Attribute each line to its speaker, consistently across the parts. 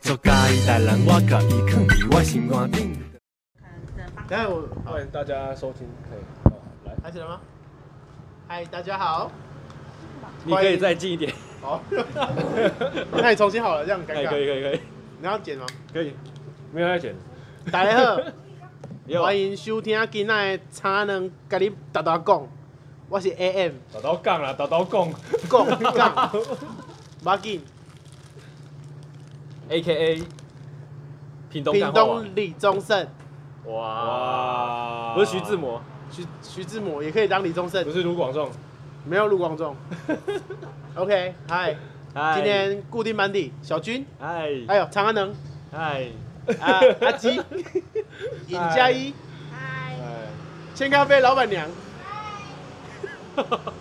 Speaker 1: 代人，我甲伊囥伫我心肝顶。
Speaker 2: 等下我
Speaker 3: 欢迎大家收听，可以，好来，
Speaker 2: 开始了吗？嗨，大家好。
Speaker 3: 你可以再近 一点，
Speaker 2: 好， 那你重新好了，这样很
Speaker 3: 可
Speaker 2: 尴
Speaker 3: 以哎可
Speaker 2: 尬。
Speaker 3: 以可以可以
Speaker 2: 你要剪吗？
Speaker 3: 可以，没有要剪，
Speaker 2: 大家好，
Speaker 3: 有
Speaker 2: 欢迎收听今仔的茶能跟你大大讲，我是 AM
Speaker 3: 打刀杠啦，打刀杠
Speaker 2: 讲讲，马紧，
Speaker 4: A K A 屏东
Speaker 2: 屏
Speaker 4: 干话王
Speaker 2: 东李宗盛，
Speaker 4: 哇，
Speaker 3: 哇，
Speaker 4: 不是徐志，摩，
Speaker 2: 徐徐志摩也可以当李宗盛
Speaker 3: 不，是卢广仲，
Speaker 2: 没有陆光仲。OK，嗨，
Speaker 4: 嗨
Speaker 2: 今天固定班底小军，
Speaker 4: 嗨
Speaker 3: 嗯哎
Speaker 2: 还有长安能
Speaker 4: 嗨，
Speaker 2: 啊阿 吉、尹佳一、
Speaker 3: 哎，
Speaker 2: 千咖啡老板娘，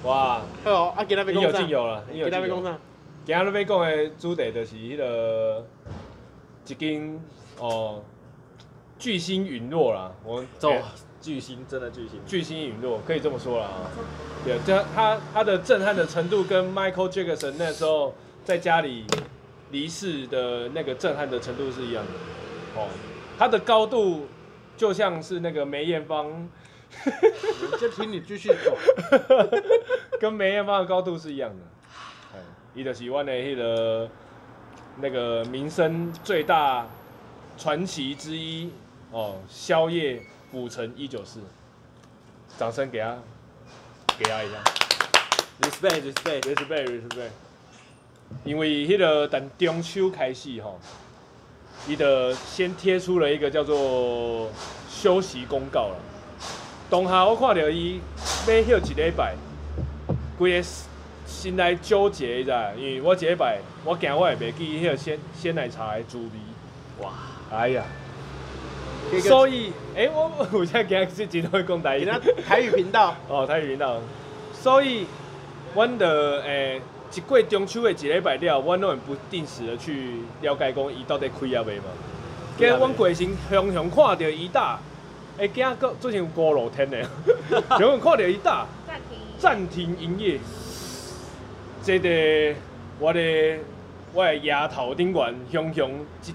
Speaker 3: 哇，
Speaker 2: 还有啊给他被
Speaker 3: 应
Speaker 2: 攻
Speaker 3: 有
Speaker 2: 上
Speaker 3: 尽，有了，应有
Speaker 2: 给他
Speaker 3: 尽
Speaker 2: 被
Speaker 3: 有。
Speaker 2: 攻上。
Speaker 3: 今日要讲的主题就是迄、个一间哦巨星陨落啦，我
Speaker 4: 走
Speaker 3: 欸，
Speaker 4: 巨星真的巨星，
Speaker 3: 巨星陨落可以这么说啦。对，这他他的震撼的程度跟 Michael Jackson 那时候在家里离世的那个震撼的程度是一样的哦，他的高度就像是那个梅艳芳
Speaker 2: 就听你继续走。
Speaker 3: 跟梅艳芳的高度是一样的。哎，伊就是阮的迄、个那个民生最大传奇之一哦，宵夜古城一九四，掌声给他，给他一下
Speaker 4: respect respect，
Speaker 3: ，respect respect。因为迄、个等中秋开始吼，伊的先贴出了一个叫做休息公告了。当下我看到伊要休一礼拜，规个心内纠结一下，因为我一礼拜我惊我会袂记迄个鲜鲜奶茶的滋味。
Speaker 4: 哇，
Speaker 3: 哎呀，
Speaker 2: 给个
Speaker 3: 所以哎、欸我我我现在今仔是真会讲台
Speaker 2: 给
Speaker 3: 语
Speaker 2: 他。台语频道，
Speaker 3: 哦，台语频道。所以，阮的诶、一过中秋的一礼拜了，阮拢会不定时的去了解讲伊到底开啊未嘛。今日阮过身雄雄看到伊搭，诶、今仔最近有五六天的，雄雄看到伊搭
Speaker 5: 暂停。
Speaker 3: 暂停营业，这个我的我的额头顶悬雄雄一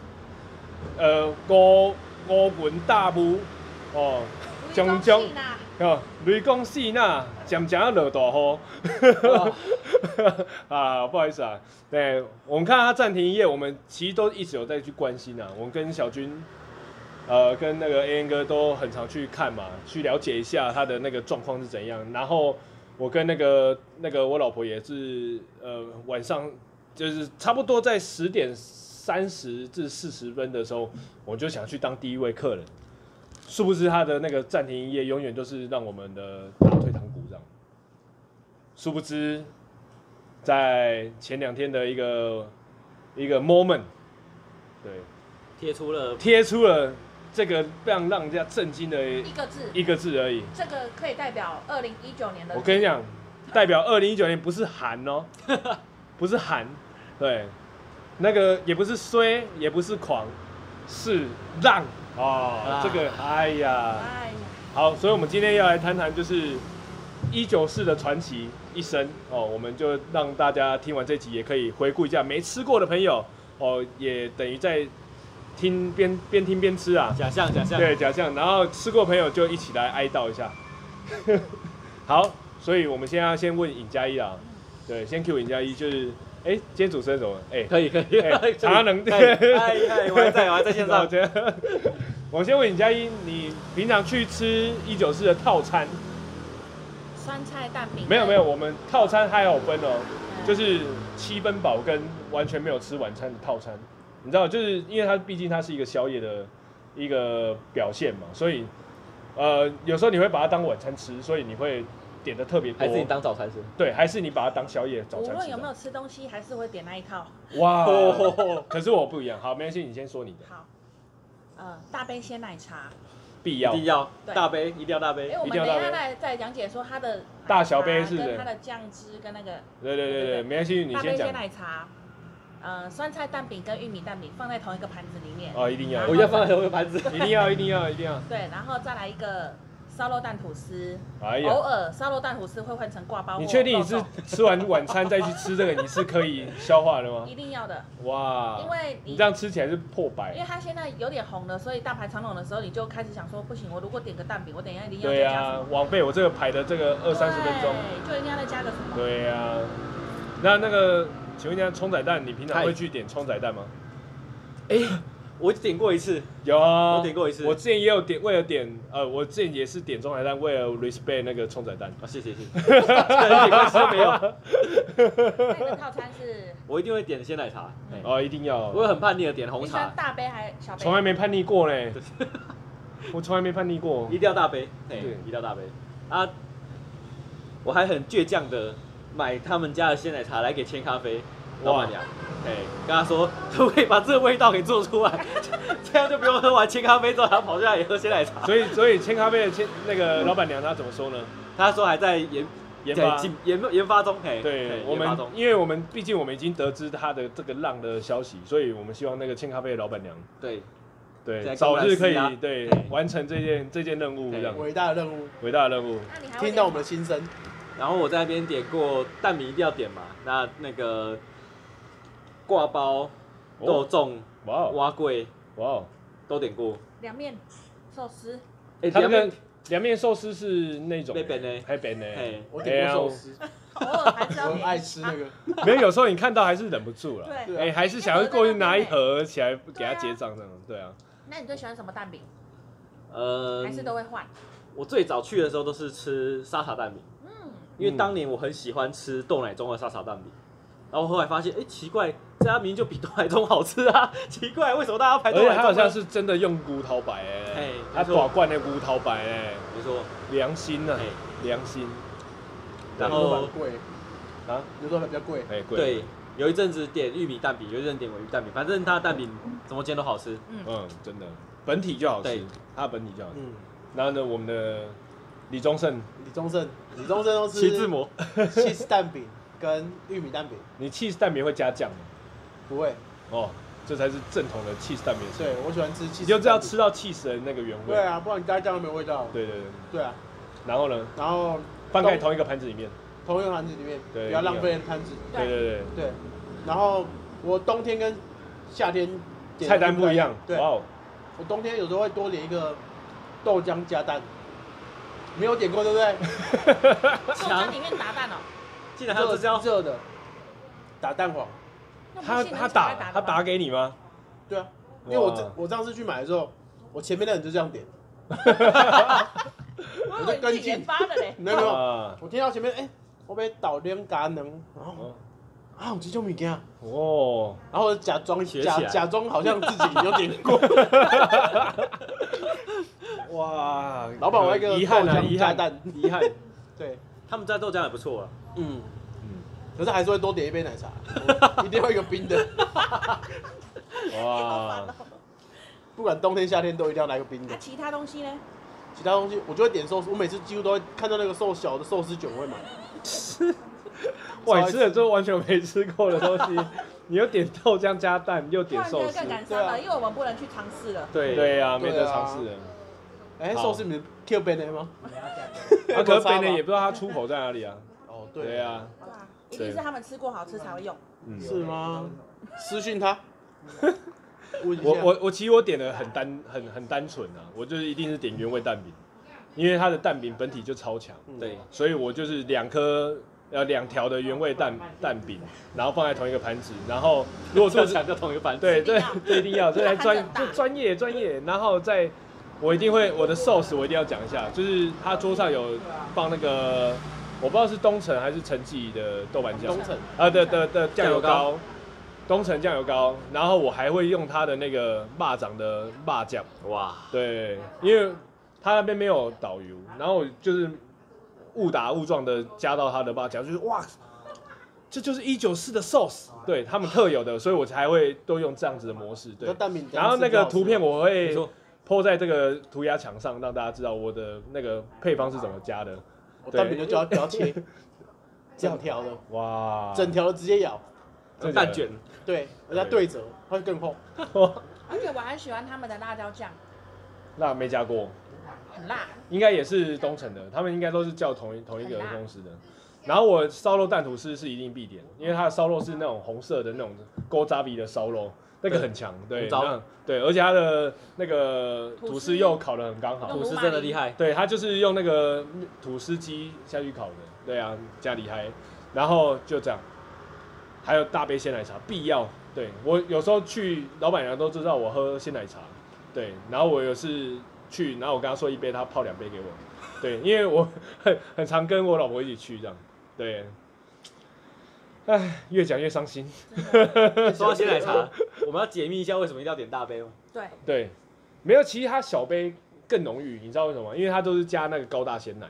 Speaker 3: 呃五五群大雾哦，种种。哦，雷公死那渐渐落大雨， 啊，不好意思啊，对，我们看他暂停营业，我们其实都一直有在去关心啊，我们跟小军，呃，跟那个 A N 哥都很常去看嘛，去了解一下他的那个状况是怎样，然后我跟那个那个我老婆也是，呃，晚上就是差不多在十点三十至四十分的时候，我就想去当第一位客人。殊不知他的那个暂停营业永远都是让我们的打退堂鼓这样。殊不知，在前两天的一个一个 moment，对，
Speaker 4: 贴出了
Speaker 3: 贴出了这个非常让人家震惊的
Speaker 5: 一个字，
Speaker 3: 一个字而已。
Speaker 5: 这个可以代表二零一九年的。
Speaker 3: 我跟你，讲，代表二零一九年不是寒哦，不是寒，对，那个也不是衰，也不是狂，是浪哦
Speaker 4: 啊，
Speaker 3: 这个哎呀。
Speaker 5: 哎呀，
Speaker 3: 好，所以我们今天要来谈谈就是一九四的传奇一生哦，我们就让大家听完这集也可以回顾一下，没吃过的朋友哦，也等于在听边边听边吃啊，
Speaker 4: 假象假象，
Speaker 3: 对，假象，然后吃过的朋友就一起来哀悼一下。 好，所以我们现在要先问尹佳一啊，对，先 Q 尹佳一，就是哎、今天主持人怎么？哎、
Speaker 4: 可以可以
Speaker 3: 哎，茶能哦
Speaker 4: 可以 哎哎，我还在我还在线
Speaker 3: 我
Speaker 4: 上，
Speaker 3: 觉得， 我先问你佳一，你平常去吃一九四的套餐？
Speaker 5: 酸菜蛋饼。嗯
Speaker 3: 没有没有，，我们套餐还有分哦，就是是七分饱跟完全没有吃晚餐的套餐。你知道，就是因为它毕竟它是一个宵夜的一个表现嘛，所以呃，有时候你会把它当晚餐吃，所以你会点的特别多。
Speaker 4: 还是你当早餐吃？
Speaker 3: 对，还是你把它当宵夜早
Speaker 5: 无
Speaker 3: 餐
Speaker 5: 论
Speaker 3: 吃
Speaker 5: 有没
Speaker 3: 的？
Speaker 5: 有吃东西，还是会点那一套。
Speaker 3: 哇
Speaker 4: 哦，
Speaker 3: 可是我不一样。好，没关系，你先说你的
Speaker 5: 好，呃，大杯鲜奶茶。
Speaker 3: 必
Speaker 4: 一
Speaker 3: 要
Speaker 4: 定要
Speaker 5: 对
Speaker 4: 大杯，一定要
Speaker 5: 哎、
Speaker 4: 大杯，
Speaker 5: 我们
Speaker 3: 一定
Speaker 5: 等
Speaker 3: 要大
Speaker 5: 一
Speaker 3: 杯
Speaker 5: 下再再讲解说它的
Speaker 3: 大小杯是不是
Speaker 5: 跟它的酱汁跟那个
Speaker 3: 对对对
Speaker 5: 对
Speaker 3: 对，
Speaker 5: 对
Speaker 3: 没关系，你
Speaker 5: 大
Speaker 3: 先
Speaker 5: 杯
Speaker 3: 讲
Speaker 5: 鲜。奶茶，呃，酸菜蛋饼跟玉米蛋饼放在同一个盘子里面。
Speaker 3: 哦，一定要，
Speaker 4: 我要放在同一个盘子，
Speaker 3: 一定要，一定要，一定要。
Speaker 5: 对，然后再来一个烧肉蛋吐司，
Speaker 3: 哎呀
Speaker 5: 偶，尔烧肉蛋吐司会换成挂包或肉粽。
Speaker 3: 你确定你是吃完晚餐再去吃这个，你是可以消化的吗
Speaker 5: 一？定要的，
Speaker 3: 哇
Speaker 5: 因，为
Speaker 3: 你
Speaker 5: 你
Speaker 3: 这样吃起来是破
Speaker 5: 因
Speaker 3: 百
Speaker 5: 为，它现在有点红了，所以大排长龙的时候，你就开始想说，不行，我如果点个蛋饼，我等一下一定要
Speaker 3: 对
Speaker 5: 再加什
Speaker 3: 呀
Speaker 5: 么，，
Speaker 3: 枉费我这个排的这个二三十分钟，
Speaker 5: 对，就一定要再加个什 么。
Speaker 3: 对呀，那那个，请问一下葱仔蛋，你平常会去点葱仔蛋吗？
Speaker 4: 哎，我点过一次，
Speaker 3: 有啊，
Speaker 4: 我点过一次
Speaker 3: 我之前也有点，为了点，呃，我之前也是点中仔蛋，为了 respect 那个冲仔 蛋。
Speaker 4: 啊，谢谢谢谢，这一点关系都没有。
Speaker 5: 那你的套餐是
Speaker 4: 我一定会点鲜奶茶，哎
Speaker 3: 哦，一定要，
Speaker 4: 我也很叛逆的点红
Speaker 5: 你喜欢
Speaker 4: 茶，
Speaker 5: 大杯还是小杯？
Speaker 3: 从来没叛逆过 呢。我从来没叛逆过
Speaker 4: 一。定要大杯，哎
Speaker 3: 对
Speaker 4: 一定要大杯啊！我还很倔强的买他们家的鲜奶茶来给千咖啡老板娘，哎，跟她说可不可以把这个味道给做出来， 这样就不用喝完千咖啡之后还要跑下来喝鲜奶茶。
Speaker 3: 所以，所以千咖啡的千那个老板娘她怎么说呢？
Speaker 4: 她说还在研
Speaker 3: 研发
Speaker 4: 在进研研发中，哎，
Speaker 3: 对
Speaker 4: 嘿
Speaker 3: 我
Speaker 4: 研发
Speaker 3: 们
Speaker 4: 中，，
Speaker 3: 因为我们毕竟我们已经得知她的这个浪的消息，所以我们希望那个千咖啡的老板娘，
Speaker 4: 对，
Speaker 3: 对，
Speaker 4: 在
Speaker 3: 早日可
Speaker 4: 公然施
Speaker 3: 以
Speaker 4: 压
Speaker 3: 对
Speaker 4: 对
Speaker 3: 完成这件这件任务，这样
Speaker 2: 伟大的任务，
Speaker 3: 伟大的任务。
Speaker 5: 那你还会
Speaker 2: 听
Speaker 5: 点
Speaker 2: 到我们的心声，
Speaker 4: 然后我在那边点过蛋饼一定要点嘛，那那个挂包、肉粽、
Speaker 3: 哇哦，
Speaker 4: 蛙桂
Speaker 3: 哇哦，
Speaker 4: 都点过。
Speaker 5: 两面寿司，
Speaker 4: 哎、
Speaker 3: 他
Speaker 4: 欸，
Speaker 3: 那
Speaker 4: 面
Speaker 3: 个凉面寿司是那种
Speaker 4: 被扁的
Speaker 3: 还扁呢，
Speaker 4: 哎，
Speaker 2: 我点过寿司，
Speaker 5: 偶尔还是
Speaker 2: 我
Speaker 5: 要
Speaker 2: 很
Speaker 5: 点。
Speaker 2: 爱吃那个，
Speaker 3: 没有，有时候你看到还是忍不住
Speaker 4: 啊
Speaker 3: 了。
Speaker 5: 对，
Speaker 2: 对
Speaker 3: 哎、还是想要过去拿一盒起来给他结账这样，对啊，
Speaker 5: 那你最喜欢什么蛋饼？
Speaker 3: 嗯
Speaker 4: 呃
Speaker 5: 还，是都会换？
Speaker 4: 我最早去的时候都是吃沙茶蛋饼，
Speaker 5: 嗯，
Speaker 4: 因为当年我很喜欢吃豆奶中的沙茶蛋饼，然后后来发现，哎、奇怪，这家明明就比豆奶中好吃啊， 奇怪，为什么大家排
Speaker 3: 而
Speaker 4: 豆
Speaker 3: 且
Speaker 4: 奶
Speaker 3: 他
Speaker 4: 中？
Speaker 3: 哎好像，是真的用骨头白哎、
Speaker 4: 哎
Speaker 3: 他
Speaker 4: 没错
Speaker 3: 寡冠的骨头白哎、
Speaker 4: 没错，
Speaker 3: 良心呐、
Speaker 4: 哎、
Speaker 3: 啊，良心
Speaker 4: 然
Speaker 2: 牛肉
Speaker 4: 后
Speaker 2: 板贵，
Speaker 3: 啊，
Speaker 2: 牛肉板比较贵，
Speaker 3: 哎、贵，
Speaker 4: 对，有一阵子点玉米蛋饼，有一阵子点尾鱼蛋饼，反正它的蛋饼怎么煎都好吃。
Speaker 3: 嗯，真的，本体就好吃
Speaker 4: 对，
Speaker 3: 它的本体就好吃。
Speaker 2: 嗯，
Speaker 3: 然后呢，我们的李宗盛，
Speaker 2: 李宗盛，李宗盛都吃
Speaker 4: 骑字魔，
Speaker 2: cheese 蛋饼跟玉米蛋饼，
Speaker 3: 你 cheese 蛋饼会加酱吗？
Speaker 2: 不会，
Speaker 3: 哦，这才是正统的 cheese 蛋饼，
Speaker 2: 对我喜欢吃 cheese，
Speaker 3: 你就知道吃到 cheese 的那个原味。
Speaker 2: 对啊，不然你加酱都没有味道，
Speaker 3: 对对对，
Speaker 2: 对啊，
Speaker 3: 然后呢，
Speaker 2: 然后
Speaker 3: 放在同一个盘子里面，
Speaker 2: 同一个盘子里面，
Speaker 3: 对
Speaker 2: 不要浪费盘子，
Speaker 3: 对
Speaker 5: 对，
Speaker 3: 对
Speaker 2: 对，然后我冬天跟夏天点的
Speaker 3: 对，菜单不一样，
Speaker 2: 对
Speaker 3: 哇，哦。
Speaker 2: 我冬天有时候会多点一个豆浆加蛋，没有点过对 不对？
Speaker 5: 豆浆里面打蛋哦，
Speaker 4: 竟然还有这招，
Speaker 2: 热的，打蛋黄。
Speaker 5: 那
Speaker 3: 他
Speaker 5: 不信
Speaker 3: 他
Speaker 5: 那是
Speaker 3: 打
Speaker 5: 大家
Speaker 3: 他打
Speaker 5: 打的吧
Speaker 3: 给你吗？
Speaker 2: 对啊，因为我
Speaker 3: 哇
Speaker 2: 这我上次去买的时候，我前面的人就这样点，
Speaker 5: 我以为你自己研发的嘞。
Speaker 2: 没有没有，
Speaker 3: 啊，
Speaker 2: 我听到前面哎、我被倒两咖能，然后
Speaker 3: 哦
Speaker 2: 啊，我这种物件，然
Speaker 3: 哦，
Speaker 2: 后我假装
Speaker 4: 学起来
Speaker 2: 假假装好像自己有点 过，
Speaker 3: 哇，
Speaker 2: 老板我要一个
Speaker 3: 遗憾啊，
Speaker 2: 豆浆
Speaker 3: 遗
Speaker 2: 加
Speaker 3: 憾，
Speaker 2: 蛋，
Speaker 3: 遗憾，
Speaker 2: 对，
Speaker 4: 他们家豆浆也不错了。啊
Speaker 2: 嗯，
Speaker 3: 嗯，
Speaker 2: 可是还是会多点一杯奶 茶，我一定要一个冰的，
Speaker 3: 哇，嗯
Speaker 2: 不管冬天夏天都一定要来个冰
Speaker 5: 那
Speaker 2: 的。
Speaker 5: 哦啊其他东西呢？
Speaker 2: 其他东西我就会点寿司，我每次几乎都会看到那个寿小的寿司卷我会买，
Speaker 3: 哇，你吃了之后完全没吃过的东西，你又点豆浆加蛋，又
Speaker 5: 突
Speaker 3: 点
Speaker 5: 然觉
Speaker 3: 寿
Speaker 5: 得
Speaker 3: 司
Speaker 5: 更，感伤
Speaker 2: 对啊
Speaker 5: 了，因为我们不能去尝试了。
Speaker 4: 对
Speaker 3: 对呀，没
Speaker 2: 对啊
Speaker 3: 得尝试了。
Speaker 2: 哎、
Speaker 3: 好
Speaker 2: 寿司你们 Q 杯的吗？
Speaker 3: 啊，可是北美也不知道它出口在哪里啊。
Speaker 2: 哦，对，
Speaker 3: 对呀，
Speaker 5: 对啊，一定是他们吃过好吃才会用。
Speaker 3: 嗯，
Speaker 2: 是吗？私 讯他，问一下
Speaker 3: 我我我其实我点的很单很很单纯啊，我就是一定是点原味蛋饼，因为它的蛋饼本体就超强，
Speaker 2: 嗯
Speaker 4: 对，
Speaker 3: 所以我就是两颗呃两条的原味蛋蛋饼，然后放在同一个盘子，然后如果
Speaker 4: 豆
Speaker 3: 肚子
Speaker 4: 浆就同一个盘子。
Speaker 3: 对
Speaker 5: 一定
Speaker 3: 对
Speaker 5: 要，
Speaker 3: 这 一定要，这才
Speaker 5: 这
Speaker 3: 专
Speaker 5: 很大
Speaker 3: 这专业专业。然后再，我一定会我的 sauce 我一定要讲一下，就是他桌上有放那个，我不知道是东城还是陈记的豆瓣酱，
Speaker 2: 东城
Speaker 3: 啊的的的酱油
Speaker 4: 酱油
Speaker 3: 膏，东城酱油膏。然后我还会用他的那个蚂蚱的蚂酱，
Speaker 4: 哇，
Speaker 3: 对，因为他那边没有导游，然后我就是误打误撞的加到他的蚂酱，就是哇。这就是一九四的 sauce，对他们特有的，所以我才会都用这样子的模式。对
Speaker 2: 那，蛋饼，
Speaker 3: 然后那个图片我
Speaker 4: 没
Speaker 3: 会
Speaker 4: 错，
Speaker 3: po 在这个涂鸦墙上，让大家知道我的那个配方是怎么加的。
Speaker 2: 我
Speaker 3: 对
Speaker 2: 哦
Speaker 3: 啊
Speaker 2: 蛋饼就叫要切， 整条的，
Speaker 3: 哇，
Speaker 2: 整条的直接咬，
Speaker 3: 真的假的
Speaker 4: 蛋卷，
Speaker 2: 对，人家对折 会更厚，
Speaker 5: 而且我还喜欢他们的辣椒酱，
Speaker 3: 那没加过，
Speaker 5: 很辣，
Speaker 3: 应该也是东城的，他们应该都是叫同一同一个
Speaker 5: 很辣
Speaker 3: 公司的。然后我烧肉蛋吐司是一定必点，因为它的烧肉是那种红色的那种勾扎比的烧肉，那个很强，对，
Speaker 4: 很糟
Speaker 3: 那对，而且它的那个
Speaker 5: 吐司
Speaker 3: 吐司又烤的很刚好，
Speaker 5: 用
Speaker 4: 吐司真的 厉害，
Speaker 3: 对，它就是用那个吐司机下去烤的，对啊，加厉害。然后就这样，还有大杯鲜奶茶必要。对我有时候去，老板娘都知道我喝鲜奶茶，对。然后我有次去，然后我跟她说一杯，她泡两杯给我，对，因为我很很常跟我老婆一起去这样，对。唉，越讲越伤心。
Speaker 4: 说到鲜 奶茶，我们要解密一下为什么一定要点大杯吗？
Speaker 5: 对，
Speaker 3: 对，没有，其实它小杯更浓郁，你知道为什么吗？因为它都是加那个高大鲜奶，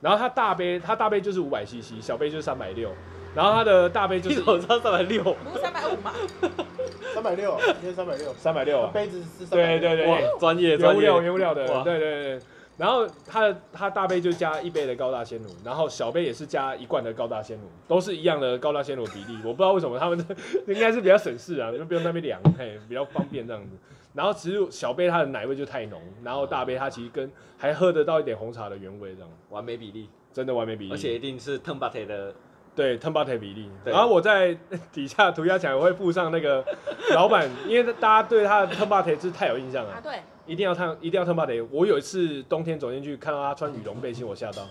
Speaker 3: 然后它大杯，它大杯就是五百 CC，小杯就是三百六，然后它的大杯就
Speaker 4: 一
Speaker 3: 是
Speaker 4: 手上三百六，
Speaker 5: 不是三百五嘛，
Speaker 2: 三百六，今天三百六，
Speaker 3: 三百六啊，
Speaker 2: 杯子是三百
Speaker 3: 对对
Speaker 2: 六，
Speaker 3: 对，
Speaker 4: 哇，专 业
Speaker 3: 原
Speaker 4: 专
Speaker 3: 物
Speaker 4: 业，
Speaker 3: 料原物料的，
Speaker 4: 哇
Speaker 3: 对对对。然后它的它大杯就加一杯的高大鲜乳，然后小杯也是加一罐的高大鲜乳，都是一样的高大鲜乳比例。我不知道为什么他们的应该是比较省事啊，就不用那边量， 嘿，比较方便这样子。然后只有小杯它的奶味就太浓，然后大杯它其实跟还喝得到一点红茶的原味这样，
Speaker 4: 完美比例，
Speaker 3: 真的完美比例。
Speaker 4: 而且一定是 t e n b a t e 的，
Speaker 3: 对 t e m b a t e 比例。
Speaker 4: 对
Speaker 3: 然后我在底下涂鸦墙也会附上那个老板，因为大家对他的 t e m b a t e 是太有印象了
Speaker 5: 啊。 对，
Speaker 3: 一定要烫，一定要烫发得。我有一次冬天走进去，看到他穿羽绒背心，我吓到，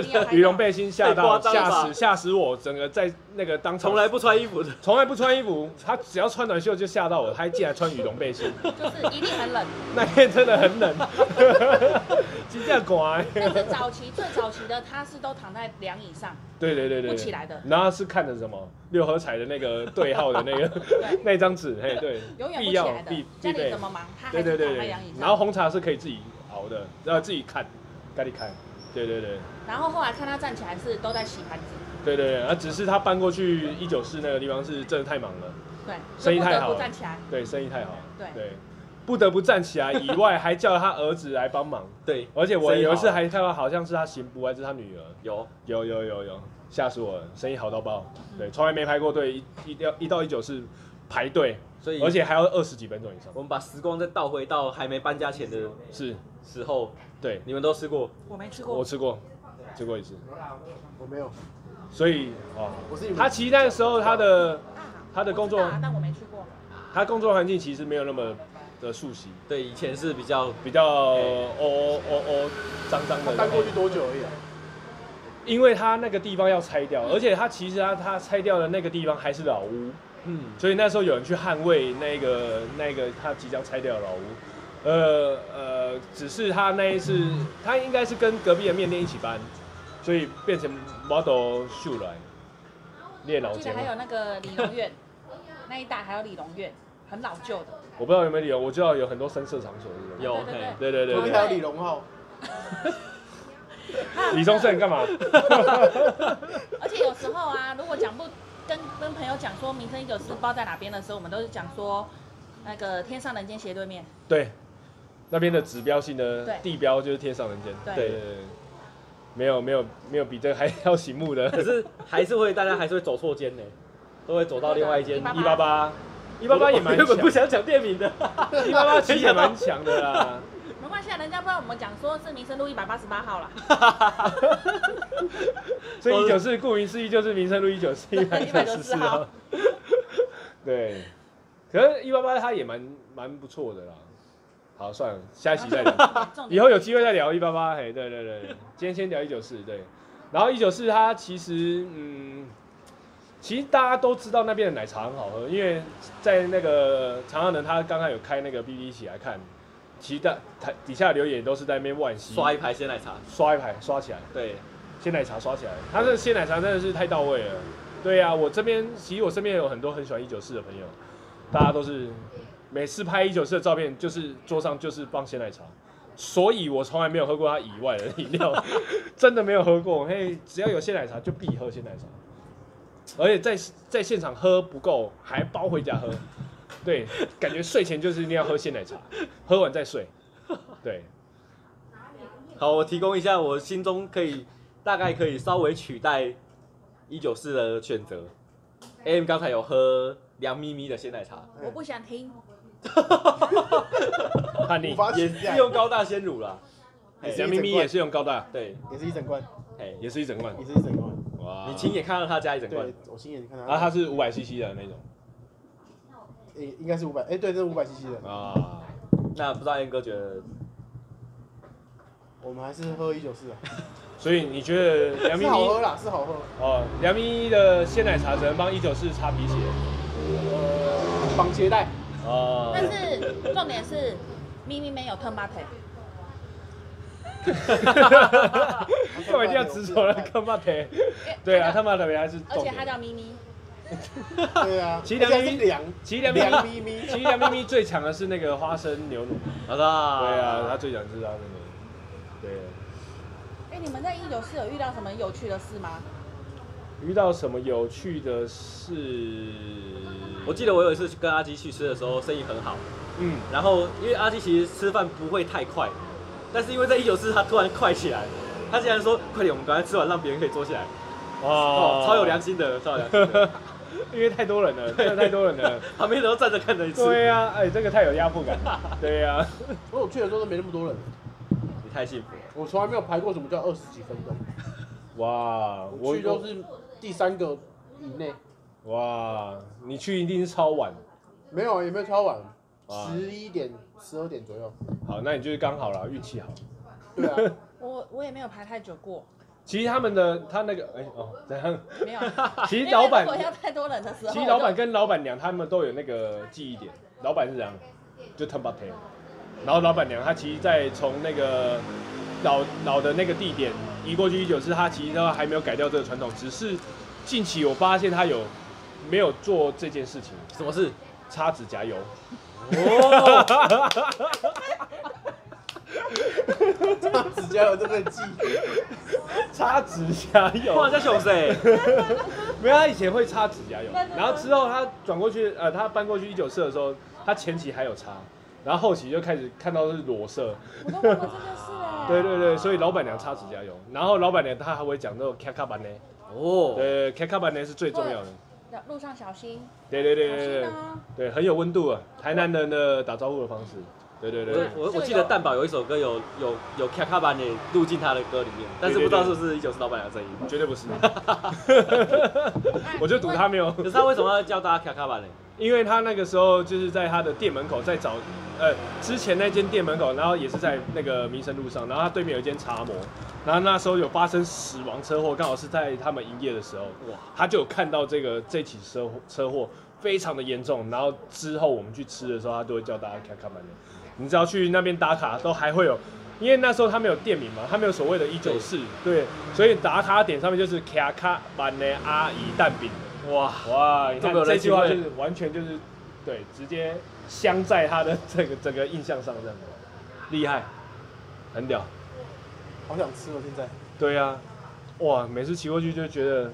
Speaker 5: 一定要拍到
Speaker 3: 羽绒背心吓到，
Speaker 4: 太夸张了吧
Speaker 3: 吓死吓死我，整个在那个当场
Speaker 5: 哎
Speaker 4: 从来不穿衣服的，
Speaker 3: 从来不穿衣服，他只要穿短袖就吓到我，他还竟然穿羽绒背心，
Speaker 5: 就是一定很冷。
Speaker 3: 那天真的很冷， 真的寒。
Speaker 5: 但是早期最早期的他是都躺在凉椅上，
Speaker 3: 对对对对，
Speaker 5: 不起来的
Speaker 3: 然后是看着什么六合彩的那个对号的那个
Speaker 5: 对，
Speaker 3: 那张纸，嘿对，
Speaker 5: 永远不
Speaker 3: 必
Speaker 5: 起
Speaker 3: 要
Speaker 5: 来的
Speaker 3: 必。
Speaker 5: 家
Speaker 3: 必
Speaker 5: 里
Speaker 3: 备
Speaker 5: 怎，么忙，他还
Speaker 3: 对对
Speaker 5: 是
Speaker 3: 对
Speaker 5: 躺在
Speaker 3: 对
Speaker 5: 凉椅。上。
Speaker 3: 然后红茶是可以自己熬的，呃自己看，咖喱看，对对对。
Speaker 5: 然后后来看他站起来是都在洗盘子，
Speaker 3: 对对对，啊，只是他搬过去一九四那个地方是真的太忙了，
Speaker 5: 对，
Speaker 3: 生意
Speaker 5: 就不
Speaker 3: 太
Speaker 5: 得
Speaker 3: 好
Speaker 5: 不
Speaker 3: 了
Speaker 5: 站起来。
Speaker 3: 对，生意太好，
Speaker 5: 对
Speaker 3: 不得不站起来以外，还叫他儿子来帮 忙，
Speaker 4: 对，
Speaker 3: 而且我
Speaker 4: 生意好
Speaker 3: 有一次还看到好像是他媳妇还是他女儿，
Speaker 4: 有
Speaker 3: 有有有有，吓死我了，生意好到爆，对，从来没排过队，一一到一到一九四排队，
Speaker 4: 所以
Speaker 3: 而且还要二十几分钟以上
Speaker 4: 我，们把时光再倒回到还没搬家前的
Speaker 3: 是，
Speaker 4: 时候，
Speaker 3: 对，
Speaker 4: 你们都吃过，
Speaker 5: 我没吃
Speaker 3: 我
Speaker 5: 过，
Speaker 3: 吃过，吃过一次，
Speaker 2: 我没有，
Speaker 3: 所以哦，
Speaker 2: 我是以为
Speaker 3: 他期待的时候他的
Speaker 5: 啊
Speaker 3: 他的
Speaker 5: 我
Speaker 3: 工
Speaker 5: 知
Speaker 3: 作
Speaker 5: 道啊但我没去过。
Speaker 3: 他工作环境其实没有那么的熟悉。
Speaker 4: 对，以前是比较
Speaker 3: 比较哦哦哦哦脏脏的，
Speaker 2: 搬过去多久而已啊？
Speaker 3: 因为他那个地方要拆掉，而且他其实他他拆掉的那个地方还是老屋，
Speaker 4: 嗯，
Speaker 3: 所以那时候有人去捍卫那个那个他即将拆掉的老屋。呃呃，只是他那一次，他应该是跟隔壁的面店一起搬，所以变成 model 秀来练老
Speaker 5: 我记
Speaker 3: 街
Speaker 5: 得
Speaker 3: 嘛
Speaker 5: 还。有那个李荣苑那一带，还有李荣苑，很老旧的。
Speaker 3: 我不知道有没有理由，我知道有很多深色场所是吧？
Speaker 4: 有
Speaker 5: 对对
Speaker 4: 嘿
Speaker 5: 对
Speaker 3: 对对对对
Speaker 2: 旁
Speaker 5: 哦
Speaker 2: 边还有李荣浩，
Speaker 3: 李宗盛干嘛？
Speaker 5: 而且有时候啊，如果讲不跟跟朋友讲说民生一九四包在哪边的时候，我们都是讲说那个天上人间斜对面。
Speaker 3: 对，那边的指标性的
Speaker 5: 对
Speaker 3: 地标就是天上人间。
Speaker 5: 对
Speaker 3: 对对，没有没有没有比这个还要醒目的。
Speaker 4: 可是还是会大家还是会走错间呢，都会走到另外一 间。
Speaker 3: 一八八，一八八也蛮
Speaker 4: 我原本
Speaker 3: 强
Speaker 4: 不，想讲店名的，
Speaker 3: 一八 八其实也蛮强的 啦。
Speaker 5: 没关系啊，人家不知道我们讲说是民生路一百八十八号啦，
Speaker 3: 所以一九四顾名思义就是民生路一九四 一百九十四
Speaker 5: 194
Speaker 3: 号
Speaker 5: 号。
Speaker 3: 对，可是一八八它也蛮蛮不错的啦。好，算了，下一期再聊。
Speaker 5: 重
Speaker 3: 以
Speaker 5: 点
Speaker 3: 后有机会再聊一八八，嘿，对对对，对今天先聊一九四，对，然后一九四它其实，嗯，其实大家都知道那边的奶茶很好喝，因为在那个长安人他刚刚有开那个 B B 一起来看，其实大台底下留言都是在那边惋惜，
Speaker 4: 刷一排鲜奶茶。
Speaker 3: 刷一排刷起来，
Speaker 4: 对，
Speaker 3: 鲜奶茶刷起来，他这鲜奶茶真的是太到位了，对呀、啊，我这边其实我身边有很多很喜欢一九四的朋友，大家都是每次拍一九四的照片，就是桌上就是放鲜奶茶，所以我从来没有喝过它以外的饮料， 真的没有喝过。嘿，只要有鲜奶茶就必喝鲜奶茶，而且在在现场喝不够，还包回家喝。对，感觉睡前就是一定要喝鲜奶茶，喝完再睡。对，
Speaker 4: 好，我提供一下我心中可以大概可以稍微取代一九四的选择。M 刚才有喝凉咪咪的鲜奶茶，
Speaker 5: 我不想听。
Speaker 3: 叛
Speaker 2: 无
Speaker 3: 逆。
Speaker 2: 法
Speaker 4: 也
Speaker 2: 取
Speaker 4: 是
Speaker 2: 代
Speaker 4: 用高大鲜乳啦。嘿
Speaker 2: 是
Speaker 3: 哎杨咪咪也是用高大，
Speaker 4: 对，
Speaker 2: 也哎是一整罐，
Speaker 4: 嘿，
Speaker 3: 也是一整罐
Speaker 2: 也，是一整罐。
Speaker 3: 哇，
Speaker 4: 你亲眼看到他加一整罐
Speaker 2: 对，，我亲眼看
Speaker 3: 啊，它
Speaker 2: 它，
Speaker 3: 是五百 CC 的那种
Speaker 2: 诶，应该是五百，哎，对，这是五百 CC 的。
Speaker 3: 啊，
Speaker 4: 那不知道燕哥觉得
Speaker 2: 我们还是喝一九四啊，
Speaker 3: 所以你觉得杨咪
Speaker 2: 是好喝
Speaker 3: 咪
Speaker 2: 啦，是好喝。
Speaker 3: 哦，杨咪咪的鲜奶茶只能帮一九四擦皮鞋
Speaker 2: 呃，绑鞋带，
Speaker 4: 啊
Speaker 3: 哦，
Speaker 5: 但是重点是咪咪没有 turn button，
Speaker 3: 干嘛一定要执着了？干嘛的？对啊，他妈的，还是
Speaker 5: 而
Speaker 3: 重
Speaker 5: 且它
Speaker 3: 点。
Speaker 5: 叫咪咪，
Speaker 2: 对啊，
Speaker 3: 其实凉咪咪
Speaker 2: 而且还是凉，
Speaker 3: 其实凉
Speaker 2: 凉
Speaker 3: 咪
Speaker 2: 咪咪
Speaker 3: 咪，其实凉咪咪最强的是那个花生牛乳，
Speaker 4: 好
Speaker 3: 对
Speaker 4: 的，
Speaker 3: 啊，他最强是他那个，对。
Speaker 5: 哎，你们在一九四有遇到什么有趣的事吗？
Speaker 3: 遇到什么有趣的事？
Speaker 4: 我记得我有一次跟阿基去吃的时候，生意很好，
Speaker 3: 嗯，
Speaker 4: 然后因为阿基其实吃饭不会太快，但是因为在一九四他突然快起来，他竟然说快点，我们赶快吃完，让别人可以坐下来，哦，超有良心的，超有良心的，
Speaker 3: 因为太多人 了，真的太多人了。
Speaker 4: 旁边人都站着看着你吃，
Speaker 3: 对呀、啊，哎、这个太有压迫 感。对呀、啊，
Speaker 2: 我有去的时候都没那么多人，
Speaker 4: 你太幸福了，
Speaker 2: 我从来没有排过什么叫二十几分钟，
Speaker 3: 哇，
Speaker 2: 我
Speaker 3: 我
Speaker 2: 去都是第三个以内，
Speaker 3: 哇，你去一定是超晚。
Speaker 2: 没有也没有超晚，
Speaker 3: 哇
Speaker 2: 十一点、十二点左右。
Speaker 3: 好，那你就是刚好了，运气好。
Speaker 2: 对啊，
Speaker 5: 我我也没有排太久过，
Speaker 3: 其实他们的他那个哎、哦怎 样？
Speaker 5: 没有。
Speaker 3: 其实老板
Speaker 5: 因为如果要太多人的时候，
Speaker 3: 其实老
Speaker 5: 我
Speaker 3: 板
Speaker 5: 就
Speaker 3: 跟老板娘他们都有那个记忆点，老板是这样，就 turn back tail，然后老板娘她其实，在从那个老老的那个地点移过去一九四，她其实都还没有改掉这个传统，只是近期我发现她有没有做这件事情，
Speaker 4: 什么事？
Speaker 3: 擦指甲油。
Speaker 2: 指甲有这个记，
Speaker 3: 擦指甲油，
Speaker 4: 哇，这熊谁？
Speaker 3: 没有，他以前会擦指甲油，然后之后他转过去，呃，他搬过去一九四的时候，他前期还有擦，然后后期就开始看到是裸色，
Speaker 5: 我都忘了这件事哎。
Speaker 3: 对对对，所以老板娘擦指甲油，然后老板娘她还会讲那种卡卡板呢，
Speaker 4: 哦，
Speaker 3: 对卡卡板呢是最重要的，
Speaker 5: 对，路上小心，
Speaker 3: 对对对
Speaker 5: 小
Speaker 3: 对
Speaker 5: 心
Speaker 3: 对，
Speaker 5: 啊！
Speaker 3: 对很有温度啊，台南人的打招呼的方式，对对对
Speaker 4: 我
Speaker 3: 对，
Speaker 4: 我我记得蛋堡有一首歌有有有卡卡班的录进他的歌里面，但是不知道是不是一九四老板娘的声音，
Speaker 3: 绝对不是，
Speaker 5: 哎
Speaker 3: 我就赌他没有，
Speaker 4: 可是他为什么要叫大家卡卡班呢？
Speaker 3: 因为他那个时候就是在他的店门口在找，呃，之前那间店门口，然后也是在那个民生路上，然后他对面有一间茶模，然后那时候有发生死亡车祸，刚好是在他们营业的时候，
Speaker 4: 哇，
Speaker 3: 他就有看到这个这起车祸车祸非常的严重，然后之后我们去吃的时候，他都会叫大家卡卡曼的，你只要去那边打卡都还会有，因为那时候他没有店名嘛，他没有所谓的一九四，对，所以打卡点上面就是卡卡曼的阿姨蛋饼，哇哇，你
Speaker 4: 这
Speaker 3: 看
Speaker 4: 么有
Speaker 3: 这
Speaker 4: 人
Speaker 3: 句
Speaker 4: 情
Speaker 3: 话就
Speaker 4: 味
Speaker 3: 是完全就是对，直接镶在他的这个整个印象上这样子，厉害，很屌，
Speaker 2: 好想吃哦！现在
Speaker 3: 对呀、哇，每次骑过去就觉得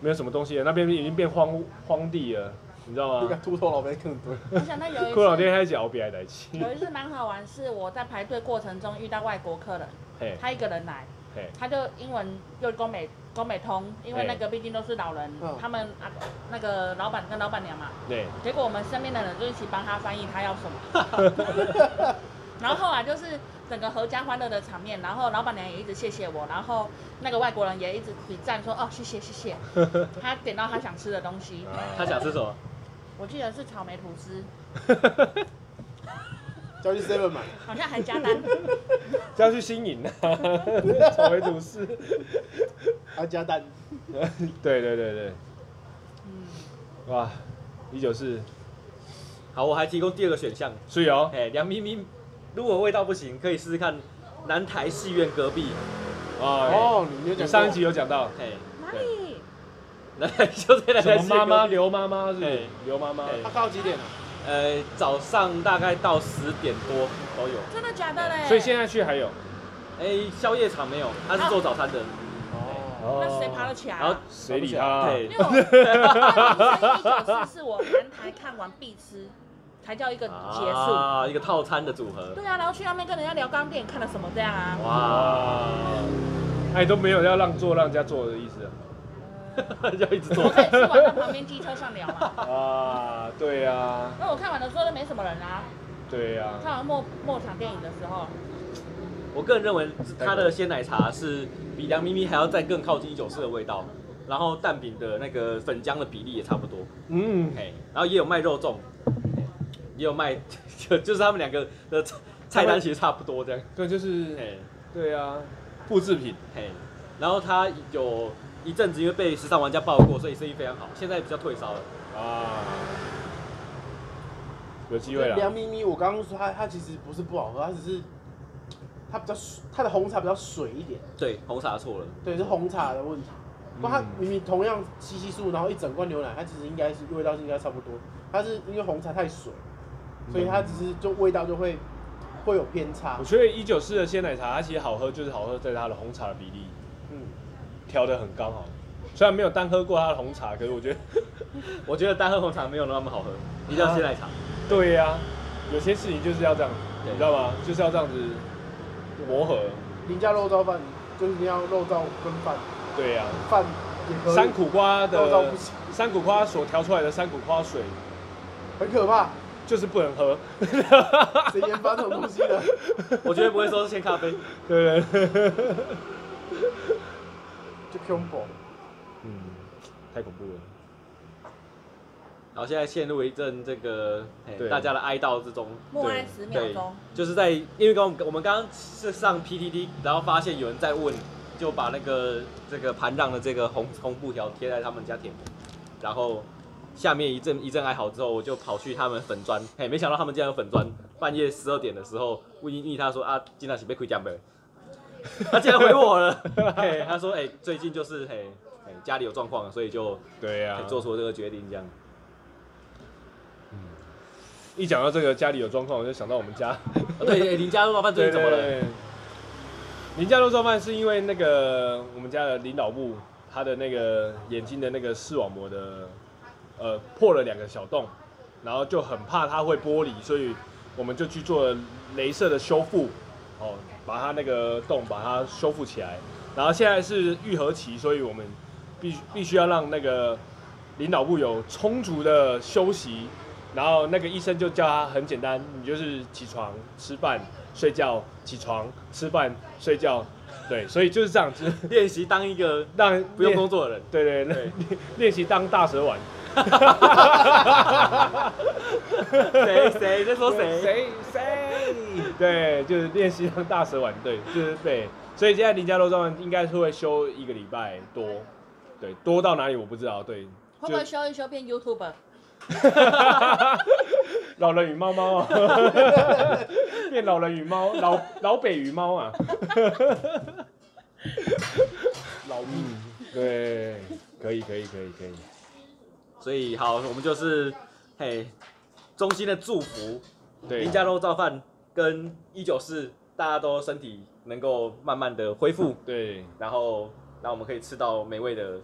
Speaker 3: 没有什么东西了，那边已经变荒荒地了，你知道
Speaker 2: 那个
Speaker 3: 吗？
Speaker 2: 秃头老白更多，
Speaker 5: 我想到有一
Speaker 3: 过两天
Speaker 5: 次，
Speaker 3: 开始熬别来来骑，
Speaker 5: 有一次蛮好玩，是我在排队过程中遇到外国客人，
Speaker 3: 嘿，
Speaker 5: 他一个人来
Speaker 3: 嘿，
Speaker 5: 他就英文又跟美跟美通，因为
Speaker 3: 嘿
Speaker 5: 那个毕竟都是老人
Speaker 2: 嗯，
Speaker 5: 他们啊那个老板跟老板娘嘛，
Speaker 3: 对，
Speaker 5: 结果我们身边的人就一起帮他翻译他要什么，然后后来就是整个合家欢乐的场面，然后老板娘也一直谢谢我，然后那个外国人也一直比赞说哦谢谢谢谢，他点到他想吃的东西，
Speaker 3: 啊
Speaker 4: 他想吃什么？
Speaker 5: 我记得是草莓吐司，
Speaker 2: 叫去 seven 买。
Speaker 5: 好像还加蛋，
Speaker 3: 这要去新营啊， 草莓吐司，
Speaker 2: 还加蛋，
Speaker 3: 对对对对，
Speaker 5: 嗯，
Speaker 3: 哇，一九四，
Speaker 4: 好，我还提供第二个选项，
Speaker 3: 所以哦，
Speaker 4: 哎、梁咪咪，如果味道不行，可以试试看南台戏院隔壁，
Speaker 3: 哦，
Speaker 2: 哦，你没有
Speaker 3: 你
Speaker 2: 讲
Speaker 3: 上一
Speaker 2: 过
Speaker 3: 集有讲到
Speaker 4: 哎、
Speaker 5: 哪里？
Speaker 4: 南台就在南
Speaker 3: 什
Speaker 4: 台
Speaker 3: 么
Speaker 4: 戏
Speaker 3: 妈
Speaker 4: 院
Speaker 3: 妈
Speaker 4: 隔壁。
Speaker 3: 刘妈妈是不是
Speaker 4: 嘿
Speaker 3: 刘妈妈，
Speaker 4: 嘿
Speaker 2: 他到几点啊？
Speaker 4: 呃，早上大概到十点多都有。
Speaker 5: 真的假的嘞？
Speaker 3: 所以现在去还有，
Speaker 4: 哎、宵夜场没有，他是做早餐的。
Speaker 2: 哦，
Speaker 5: 那谁爬得
Speaker 3: 哦，
Speaker 5: 起来
Speaker 4: 然后
Speaker 5: 啊？
Speaker 3: 谁理他啊？
Speaker 4: 对
Speaker 5: 因为我因为我上一九四是我南台看完必吃，才叫一个结束。
Speaker 4: 啊，一个套餐的组合。
Speaker 5: 对啊，然后去那边跟人家聊刚电影看了什么这样啊？
Speaker 4: 哇，
Speaker 3: 哎，都没有要让座让人家坐的意思啊。
Speaker 4: 就一直
Speaker 5: 我
Speaker 4: 做。
Speaker 5: 可以吃完在旁边机车上聊嘛。
Speaker 3: 啊，对呀、啊，
Speaker 5: 那我看完的时候都没什么人啊，
Speaker 3: 对呀、啊，
Speaker 5: 看完末末场电影的时候，
Speaker 4: 我个人认为它的鲜奶茶是比凉咪咪还要再更靠近一九四的味道，然后蛋饼的那个粉浆的比例也差不多，
Speaker 3: 嗯，
Speaker 4: 嘿，然后也有卖肉粽，也有卖， 就是他们两个的菜单其实差不多这样，
Speaker 3: 对，就是
Speaker 4: 嘿，
Speaker 3: 对啊，复制品，
Speaker 4: 嘿，然后它有一阵子因为被时尚玩家爆过，所以生意非常好，现在比较退烧了，
Speaker 3: 啊，有机会啊
Speaker 2: 凉
Speaker 3: 了。
Speaker 2: 咪咪，我刚刚说它它其实不是不好喝，它只是它比较水它的红茶比较水一点，
Speaker 4: 对，红茶错了，
Speaker 2: 对，是红茶的问题。不过它
Speaker 3: 嗯
Speaker 2: 明明同样七七数，然后一整罐牛奶，它其实应该是味道是应该差不多，它是因为红茶太水，
Speaker 3: 嗯
Speaker 2: 所以它只是就味道就会会有偏差
Speaker 3: 我。觉得一九四的鲜奶茶，它其实好喝，就是好喝在它的红茶的比例
Speaker 2: 嗯，
Speaker 3: 调的很刚好。虽然没有单喝过它的红茶，可是我觉得，
Speaker 4: 我觉得单喝红茶没有那么好喝，一定要鲜奶茶，
Speaker 3: 对呀、有些事情就是要这样，
Speaker 4: 对
Speaker 3: 你知道吗？就是要这样子磨合。
Speaker 2: 林家肉燥饭就是你要肉燥跟饭，
Speaker 3: 对呀、
Speaker 2: 饭也可以，
Speaker 3: 山苦瓜
Speaker 2: 肉燥
Speaker 3: 的
Speaker 2: 不行
Speaker 3: 山苦瓜所调出来的山苦瓜水，
Speaker 2: 很可怕，
Speaker 3: 就是不能喝。
Speaker 2: 谁研发这种东西的？
Speaker 4: 我绝对不会说是鲜咖啡，
Speaker 3: 对不对？
Speaker 2: 就 combo。
Speaker 3: 嗯，太恐怖了。
Speaker 4: 然后现在陷入一阵这个嘿
Speaker 3: 对
Speaker 4: 大家的哀悼之中，
Speaker 5: 默哀十秒
Speaker 4: 对
Speaker 5: 钟，
Speaker 4: 就是在因为刚我们刚刚是上 PTT，然后发现有人在问，就把那个这个盘让的这个红红布条贴在他们家铁门，然后下面一阵一阵哀嚎之后，我就跑去他们粉砖，嘿，没想到他们竟然有粉砖，半夜十二点的时候问一他说啊，今天是被亏奖没？他竟然回我了， 嘿，他说哎、最近就是嘿。嘿家里有状况，所以就
Speaker 3: 对呀、
Speaker 4: 做出这个决定，这样。
Speaker 3: 一讲到这个家里有状况，我就想到我们家。
Speaker 4: 啊 对，哎林家肉老板最近怎么了？
Speaker 3: 对？林家肉燥饭是因为那个我们家的林老木，他的那个眼睛的那个视网膜的，呃，破了两个小洞，然后就很怕它会剥离，所以我们就去做了镭射的修复，哦，把它那个洞把它修复起来。然后现在是愈合期，所以我们必须必须要让那个林老部有充足的休息。然后那个医生就叫他很简单，你就是起床、吃饭、睡觉、起床、吃饭、睡觉，对，所以就是这样子，
Speaker 4: 练习当一个
Speaker 3: 让
Speaker 4: 不用
Speaker 3: 练
Speaker 4: 工作的人。
Speaker 3: 对对对，练练习当大蛇丸。
Speaker 4: 谁谁在说谁？
Speaker 3: 谁谁？对，就是练习当大蛇丸，对，就是对。所以现在林家肉状应该是会休一个礼拜多，对，多到哪里我不知道，对。
Speaker 5: 会不会修一修变 YouTube？
Speaker 3: 老人与猫猫啊，变老人与猫，老老北与猫 啊，
Speaker 2: 老密，
Speaker 3: 嗯对，可以可以可以可以，
Speaker 4: 所以好，我们就是嘿，衷心的祝福
Speaker 3: 对，啊
Speaker 4: 林家肉造饭跟一九四，大家都身体能够慢慢的恢复，
Speaker 3: 对
Speaker 4: 然后让我们可以吃到美味的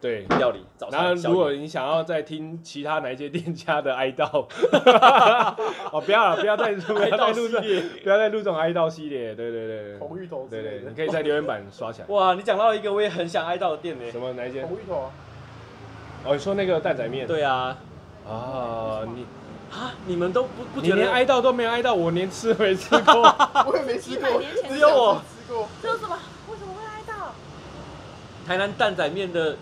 Speaker 3: 对。
Speaker 4: 料理。早
Speaker 3: 然后
Speaker 4: 餐，宵夜
Speaker 3: 如果你想要再听其他哪一些店家的 哀悼， 哦不要了，不要再录，不
Speaker 4: 哀
Speaker 3: 要再
Speaker 4: 悼
Speaker 3: 录
Speaker 4: 系
Speaker 3: 这，
Speaker 4: 列，
Speaker 3: 不要再录这种哀悼系列，对对对对
Speaker 2: 红芋头之
Speaker 3: 对
Speaker 2: 类
Speaker 3: 对，
Speaker 2: 的
Speaker 3: 你。可以在留言板刷起来。
Speaker 4: 哇，你讲到一个我也很想哀悼的店
Speaker 3: 什
Speaker 4: 呢。
Speaker 3: 么哪一间？
Speaker 2: 红芋头啊，
Speaker 3: 哦，你说那个蛋仔面？
Speaker 4: 对啊，
Speaker 3: 啊，你
Speaker 4: 啊，你们都不不
Speaker 3: 你
Speaker 4: 觉
Speaker 3: 连
Speaker 4: 得
Speaker 3: 哀悼都没有哀悼，我连吃都没 吃过。
Speaker 2: 我也没吃
Speaker 5: 一百
Speaker 2: 过
Speaker 5: 年前，
Speaker 2: 只啊
Speaker 4: 有我
Speaker 2: 吃过。
Speaker 5: 这有什么？为什么会哀悼？
Speaker 4: 台南蛋仔面的，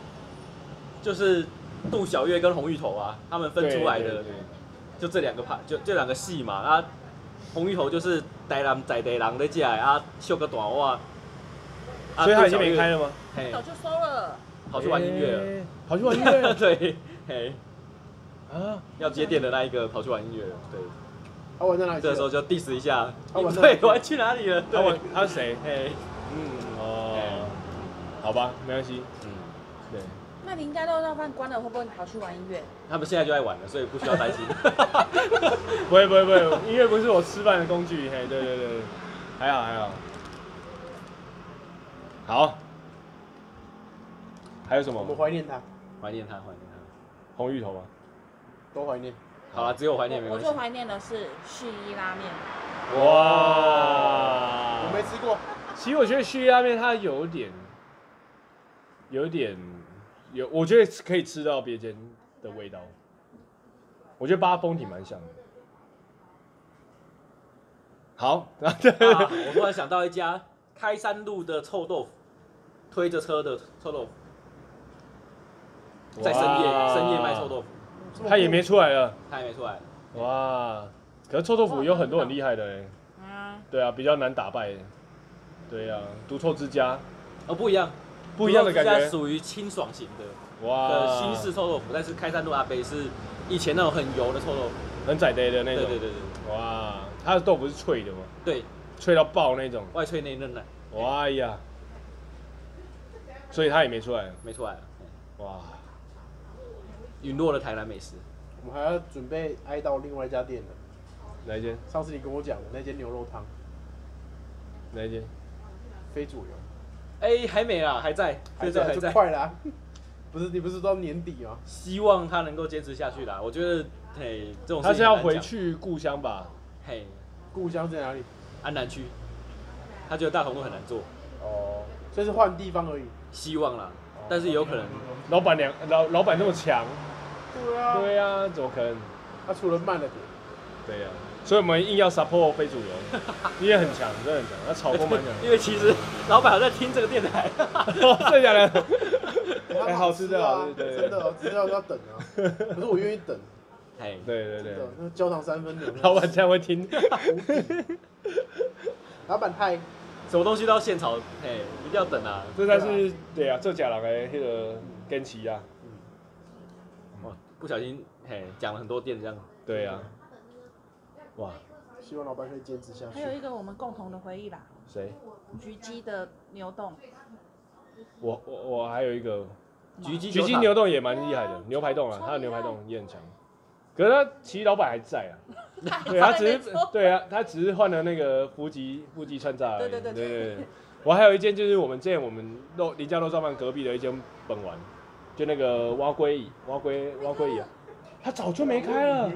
Speaker 4: 就是杜小月跟红芋头啊，他们分出来
Speaker 3: 对
Speaker 4: 的
Speaker 3: 对对
Speaker 4: 就这两个盘，就这两个戏嘛。啊，红芋头就是台南在地人在家啊，绣个短袜。啊
Speaker 3: 所以他已经没开，
Speaker 4: 杜
Speaker 3: 了吗？
Speaker 4: 小月
Speaker 5: 早
Speaker 4: 嘿，
Speaker 5: 就收了。
Speaker 4: 跑去玩音乐了。
Speaker 3: 欸，跑去玩音乐
Speaker 4: 对，嘿，
Speaker 3: 啊！
Speaker 4: 要接电的那一个跑去玩音乐了。对，
Speaker 2: 啊，我
Speaker 3: 哎
Speaker 2: 在哪里吃
Speaker 4: 这
Speaker 2: 的？
Speaker 4: 个时候就 diss 一下，
Speaker 3: 哦
Speaker 2: 他玩
Speaker 4: 对，
Speaker 2: 哪
Speaker 4: 玩去哪里了？
Speaker 3: 他玩
Speaker 4: 对，
Speaker 3: 他是谁？
Speaker 4: 嘿，
Speaker 3: 嗯哦，好吧，没关系。
Speaker 4: 嗯，
Speaker 3: 对，
Speaker 5: 那林家肉燥饭关了，会不会跑去玩音乐？
Speaker 4: 他们现在就在玩了，所以不需要 担心。
Speaker 3: 不会不会不会，音乐不是我吃饭的工具。嘿，对对对，对还好还好。好，还有什
Speaker 2: 我们
Speaker 3: 么？
Speaker 2: 怀念它，
Speaker 4: 怀念他，怀念他。
Speaker 3: 红芋头吗？
Speaker 2: 都怀念。
Speaker 4: 好了，只有怀念没
Speaker 5: 我我
Speaker 4: 关系
Speaker 5: 最。怀念的是旭一拉面，
Speaker 3: 哇！
Speaker 2: 我没吃过，
Speaker 3: 其实我觉得旭拉面它有点，有点有，我觉得可以吃到别间的味道。我觉得八风挺蛮像的， 好，然后
Speaker 4: 啊，我突然想到一家开山路的臭豆腐，推着车的臭豆腐，在深夜深夜卖臭豆
Speaker 3: 腐，
Speaker 4: 腐，
Speaker 3: 他也没出来了，
Speaker 4: 他还没出来。
Speaker 3: 哇！可是臭豆腐有很多很厉害的哎、
Speaker 5: 啊，
Speaker 3: 对啊，比较难打败、对啊，独臭之家
Speaker 4: 哦，不一样，
Speaker 3: 不一样的感
Speaker 4: 这家
Speaker 3: 觉，啊
Speaker 4: 属于清爽型的
Speaker 3: 哇，
Speaker 4: 的新式臭豆腐，但是开山路阿北是以前那种很油的臭豆腐。
Speaker 3: 很窄的的那
Speaker 4: 对
Speaker 3: 种，
Speaker 4: 对对对
Speaker 3: 哇，它的豆腐是脆的嘛，
Speaker 4: 对，
Speaker 3: 脆到爆那种，
Speaker 4: 外脆内嫩啊的，
Speaker 3: 哇哎呀，所以它也没出来，
Speaker 4: 没出来了。嗯
Speaker 3: 哇，
Speaker 4: 陨落了台南美食，
Speaker 2: 我们还要准备哀悼另外一家店呢。
Speaker 3: 哪一间？
Speaker 2: 上次你跟我讲的那间牛肉汤
Speaker 3: 哪一间？
Speaker 2: 非主流，
Speaker 4: 哎，还没啊，还在，
Speaker 2: 还
Speaker 4: 这
Speaker 2: 在
Speaker 4: 还
Speaker 2: 就
Speaker 4: 在。
Speaker 2: 快啦、 不是你不是到年底吗？
Speaker 4: 希望他能够坚持下去啦。我觉得，嘿，这种事情
Speaker 3: 他是要
Speaker 4: 很难
Speaker 3: 回
Speaker 4: 讲，
Speaker 3: 去故乡吧？
Speaker 4: 嘿，
Speaker 2: 故乡在哪里？
Speaker 4: 安南区，他觉得大同路很难做，
Speaker 3: 哦，
Speaker 2: 所以是换地方而已。
Speaker 4: 希望啦，但是有可能，
Speaker 3: 老板娘老老板那么强，
Speaker 2: 对啊，
Speaker 3: 对啊，怎么可能？
Speaker 2: 他、除了慢了点，
Speaker 3: 对呀、所以我们硬要 support 非 主流，你也很强，真的很强，他炒锅蛮
Speaker 4: 因为其实老板好像听这个电台，
Speaker 3: 强，真的假的？
Speaker 2: 它
Speaker 3: 哎，好吃的，
Speaker 2: 啊
Speaker 3: 好吃，对对
Speaker 2: 真的哦，只是要要等啊。可是我愿意等，
Speaker 4: 嘿，
Speaker 3: 对对
Speaker 2: 真
Speaker 3: 对，
Speaker 2: 的，那焦糖三分牛。
Speaker 3: 老板这样会听，
Speaker 2: 老板太
Speaker 4: 什么东西都要现炒，嘿，一定要等啊。
Speaker 3: 这才是对啊，这假人的那个根基啊，
Speaker 4: 哇，哦不小心，嘿，讲了很多店这样，
Speaker 3: 对啊，哇，
Speaker 2: 希望老板可以坚持下
Speaker 5: 还有一
Speaker 2: 去。
Speaker 5: 个我们共同的回忆吧，
Speaker 3: 谁？
Speaker 5: 菊鸡的牛冻，
Speaker 3: 我我我还有一个
Speaker 4: 菊鸡
Speaker 3: 菊
Speaker 4: 酒
Speaker 3: 鸡
Speaker 4: 厂
Speaker 3: 牛洞也蛮厉害的，牛排洞啊，他的牛排洞也很强，可是他其实老板还在啊。对 他只是对啊，他只是换了那个腹肌腹肌穿炸而已。
Speaker 5: 对对对
Speaker 3: 对
Speaker 5: 对
Speaker 3: 对我还有一间就是我们之前我们肉林家肉燥饭隔壁的一间本丸，就那个蛙龟椅蛙龟蛙龟椅啊，他早就没开了，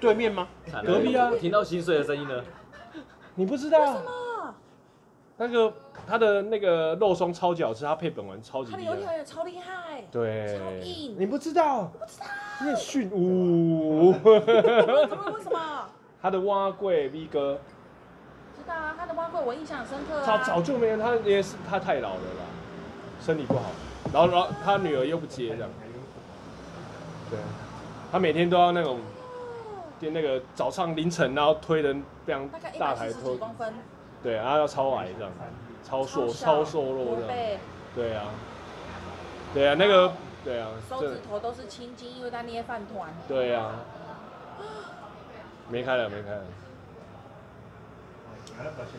Speaker 2: 对面吗？
Speaker 4: 惨了
Speaker 3: 隔壁啊
Speaker 4: 听到薪水的声音了，
Speaker 3: 你不知道？那个他的那个肉松超级好吃，他配本丸超级
Speaker 5: 它的
Speaker 3: 厉
Speaker 5: 油
Speaker 3: 害
Speaker 5: 条。也超厉害，
Speaker 3: 对
Speaker 5: 超，硬
Speaker 3: 你不知道？不知道，你很逊呜。
Speaker 5: 为什么为什么？
Speaker 3: 他的蛙龟 V 哥，
Speaker 5: 知道啊，它的蛙柜我印象很深刻
Speaker 3: 他
Speaker 5: 啊。
Speaker 3: 早就没有，他也是他太老了啦，身体不好，然后然后他女儿又不接这样，对，他每天都要那种，就那个早上凌晨然后推人非常
Speaker 5: 大概一
Speaker 3: 大
Speaker 5: 百
Speaker 3: 台
Speaker 5: 四十几
Speaker 3: 推，
Speaker 5: 公分，
Speaker 3: 对，然后要超矮这样，超瘦
Speaker 5: 小
Speaker 3: 超瘦弱
Speaker 5: 驼
Speaker 3: 这样，
Speaker 5: 背，
Speaker 3: 对啊，对啊那个对啊，
Speaker 5: 手
Speaker 3: 这
Speaker 5: 指头都是青筋，因为它捏饭团。
Speaker 3: 对啊，没开了没开了。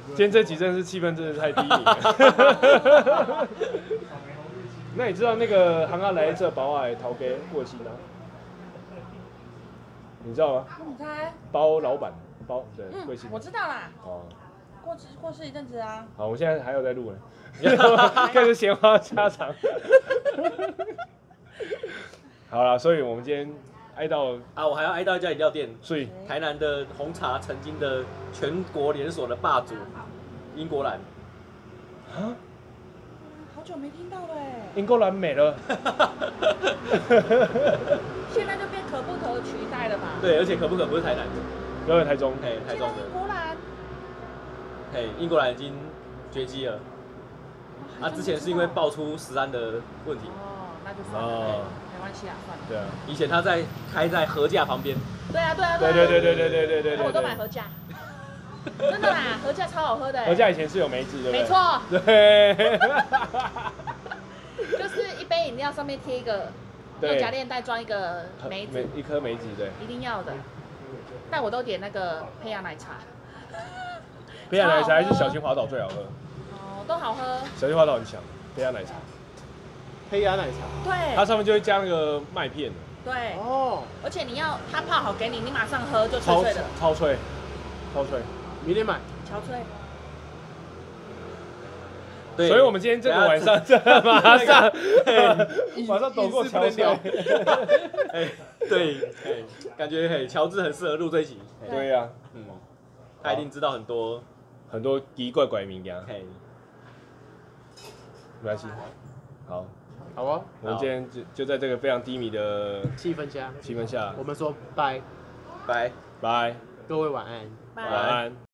Speaker 3: 今天这集真的是气氛真的太低迷了。 那你知道那个行阿来这包矮逃给过期吗？你知道吗？
Speaker 5: 那你猜？
Speaker 3: 包老板包对贵
Speaker 5: 嗯
Speaker 3: 姓，？
Speaker 5: 我知道啦，
Speaker 3: 哦，
Speaker 5: 过世过世一阵子啊。
Speaker 3: 好，我现在还有在录呢， 开始闲话家常。 好啦，所以我们今天哀悼，
Speaker 4: 啊，我还要挨到一家饮料店，
Speaker 3: 所以
Speaker 4: 台南的红茶曾经的全国连锁的霸主，英国蓝，
Speaker 3: 啊，
Speaker 5: 好久没听到了哎，
Speaker 3: 英格兰美了。
Speaker 5: 现在就变可不可取代了吧？
Speaker 4: 对，而且可不可不是台南的，
Speaker 3: 留在台中，
Speaker 4: 嘿，台
Speaker 5: 现
Speaker 4: 中
Speaker 5: 在英
Speaker 4: 的，
Speaker 5: 国兰
Speaker 3: 啊
Speaker 4: 嘿，英国蓝已经绝迹了。啊，之前是因为爆出食安的问题，
Speaker 5: 哦，那就算了，
Speaker 3: 哦
Speaker 5: 哎没关系啊，算了。
Speaker 3: 对啊，
Speaker 4: 以前他在开在禾架旁边，
Speaker 5: 对啊，对啊，
Speaker 3: 对
Speaker 5: 啊
Speaker 3: 对对对对对对对
Speaker 5: 啊
Speaker 3: 对，
Speaker 5: 我都买合价，真的啦，合价超好喝的哎。
Speaker 3: 合价以前是有梅子，对不对？
Speaker 5: 没， 错，
Speaker 3: 对，
Speaker 5: 就是一杯饮料上面贴一个
Speaker 3: 对
Speaker 5: 用夹链袋装一个梅子，
Speaker 3: 一颗 梅子，对，
Speaker 5: 一定要的。但我都点那个胚芽奶茶，
Speaker 3: 北亚奶茶还是小心滑倒最好喝，
Speaker 5: 哦，都好喝。
Speaker 3: 小心滑倒很强，北亚奶茶，
Speaker 2: 黑鸭奶茶。
Speaker 3: 它
Speaker 5: 对
Speaker 3: 上面就会加那个麦片，
Speaker 5: 对，
Speaker 2: 哦，
Speaker 5: 而且你要它泡好给你，你马上喝就脆
Speaker 3: 超
Speaker 5: 脆的，
Speaker 3: 超脆，超脆，
Speaker 2: 明天买。
Speaker 5: 憔脆。
Speaker 4: 对，
Speaker 3: 所以我们今天这个晚上，这 马上马上抖过桥水，
Speaker 4: 哎，对，嘿，感觉嘿，乔治很适合录这一集，嘿
Speaker 3: 对呀，
Speaker 4: 嗯，他一定知道很多，
Speaker 3: 很多奇怪怪名呀，
Speaker 4: 嘿，
Speaker 3: 没关系，好，
Speaker 2: 好啊，
Speaker 3: 我们今天就就在这个非常低迷的
Speaker 2: 气氛下，
Speaker 3: 气氛下
Speaker 2: 我，们说拜，
Speaker 4: 拜。
Speaker 3: 拜，
Speaker 2: 各位晚安。
Speaker 5: 拜
Speaker 3: 晚安。